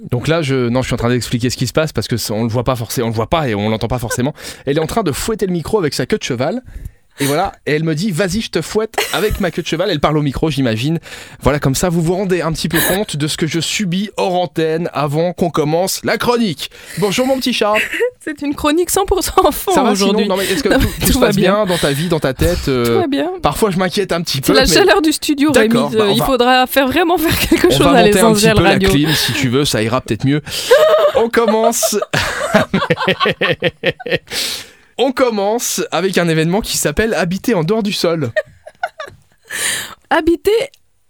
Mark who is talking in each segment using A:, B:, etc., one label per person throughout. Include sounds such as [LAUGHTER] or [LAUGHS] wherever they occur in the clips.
A: Donc là, je, non, je suis en train d'expliquer ce qui se passe parce que ça- on le voit pas forcément, on le voit pas et on l'entend pas forcément. Elle est en train de fouetter le micro avec sa queue de cheval. Et voilà, et elle me dit, vas-y, je te fouette avec ma queue de cheval. Elle parle au micro, j'imagine. Voilà, comme ça, vous vous rendez un petit peu compte de ce que je subis hors antenne avant qu'on commence la chronique. Bonjour, mon petit chat.
B: C'est une chronique 100%
A: Ça
B: enfant
A: va sinon
B: aujourd'hui.
A: Non, mais est-ce que
B: hein, Non,
A: tout, tout
B: mais [LAUGHS] tout
A: se
B: va
A: passe bien. dans ta vie, dans ta tête euh,
B: Tout va bien.
A: Parfois, je m'inquiète un petit
B: C'est
A: peu.
B: la
A: mais
B: chaleur du studio, Rémi.
A: D'accord, bah, on
B: Il
A: va-
B: faudra faire vraiment faire quelque
A: on
B: chose
A: va
B: à
A: monter un petit
B: l'essentiel
A: peu la
B: radio.
A: clim si tu veux, ça ira peut-être mieux. [LAUGHS] On commence. [LAUGHS] On commence avec un événement qui s'appelle Habiter en dehors du sol.
B: Habiter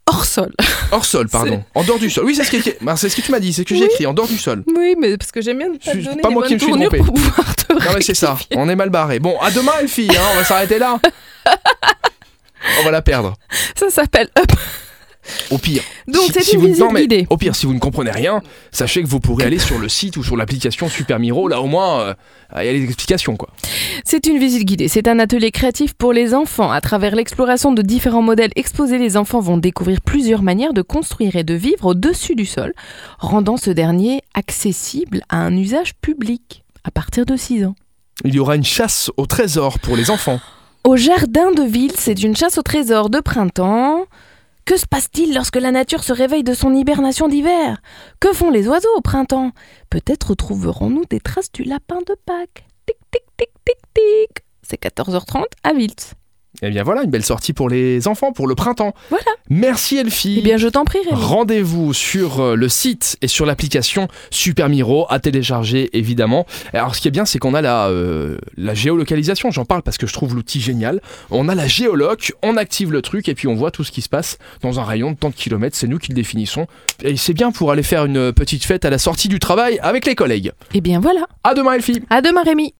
B: hors sol. [LAUGHS]
A: Hors [LAUGHS] sol, pardon. En dehors du sol. Oui, c'est ce, qui est- ben, c'est ce que tu m'as dit, c'est ce que j'ai
B: Oui.
A: écrit, en dehors du sol.
B: Oui, mais parce que j'aime bien
A: Je-
B: te donner
A: pas
B: les
A: moi qui
B: bonnes
A: me suis
B: tournures
A: trompé.
B: pour pouvoir te
A: Non, mais c'est [LAUGHS] ça, on est mal barré. Bon, à demain, les filles, hein, on va s'arrêter [LAUGHS] là. On va la perdre.
B: Ça s'appelle Up.
A: Au pire.
B: Donc
A: si-
B: c'est
A: si
B: une
A: vous-
B: visite
A: non, mais
B: guidée.
A: Au pire, si vous ne comprenez rien, sachez que vous pourrez aller sur le site ou sur l'application Super Miro. Là, au moins, euh, il y a les explications, quoi.
B: C'est une visite guidée. C'est un atelier créatif pour les enfants. À travers l'exploration de différents modèles exposés, les enfants vont découvrir plusieurs manières de construire et de vivre au-dessus du sol, rendant ce dernier accessible à un usage public à partir de 6 ans.
A: Il y aura une chasse au trésor pour les enfants.
B: Au jardin de ville, c'est une chasse au trésor de printemps. Que se passe-t-il lorsque la nature se réveille de son hibernation d'hiver Que font les oiseaux au printemps Peut-être retrouverons-nous des traces du lapin de Pâques. Tic tic tic tic tic. C'est 14h30 à Viltz.
A: Eh bien voilà, une belle sortie pour les enfants, pour le printemps.
B: Voilà.
A: Merci Elfie.
B: Eh bien, je t'en prie, Rémi.
A: Rendez-vous sur euh, le site et sur l'application Super Miro à télécharger évidemment. Alors ce qui est bien c'est qu'on a la, euh, la géolocalisation, j'en parle parce que je trouve l'outil génial. On a la géoloc, on active le truc et puis on voit tout ce qui se passe dans un rayon de tant de kilomètres, c'est nous qui le définissons. Et c'est bien pour aller faire une petite fête à la sortie du travail avec les collègues.
B: Eh bien, voilà.
A: À demain Elfie
B: À demain, Rémi.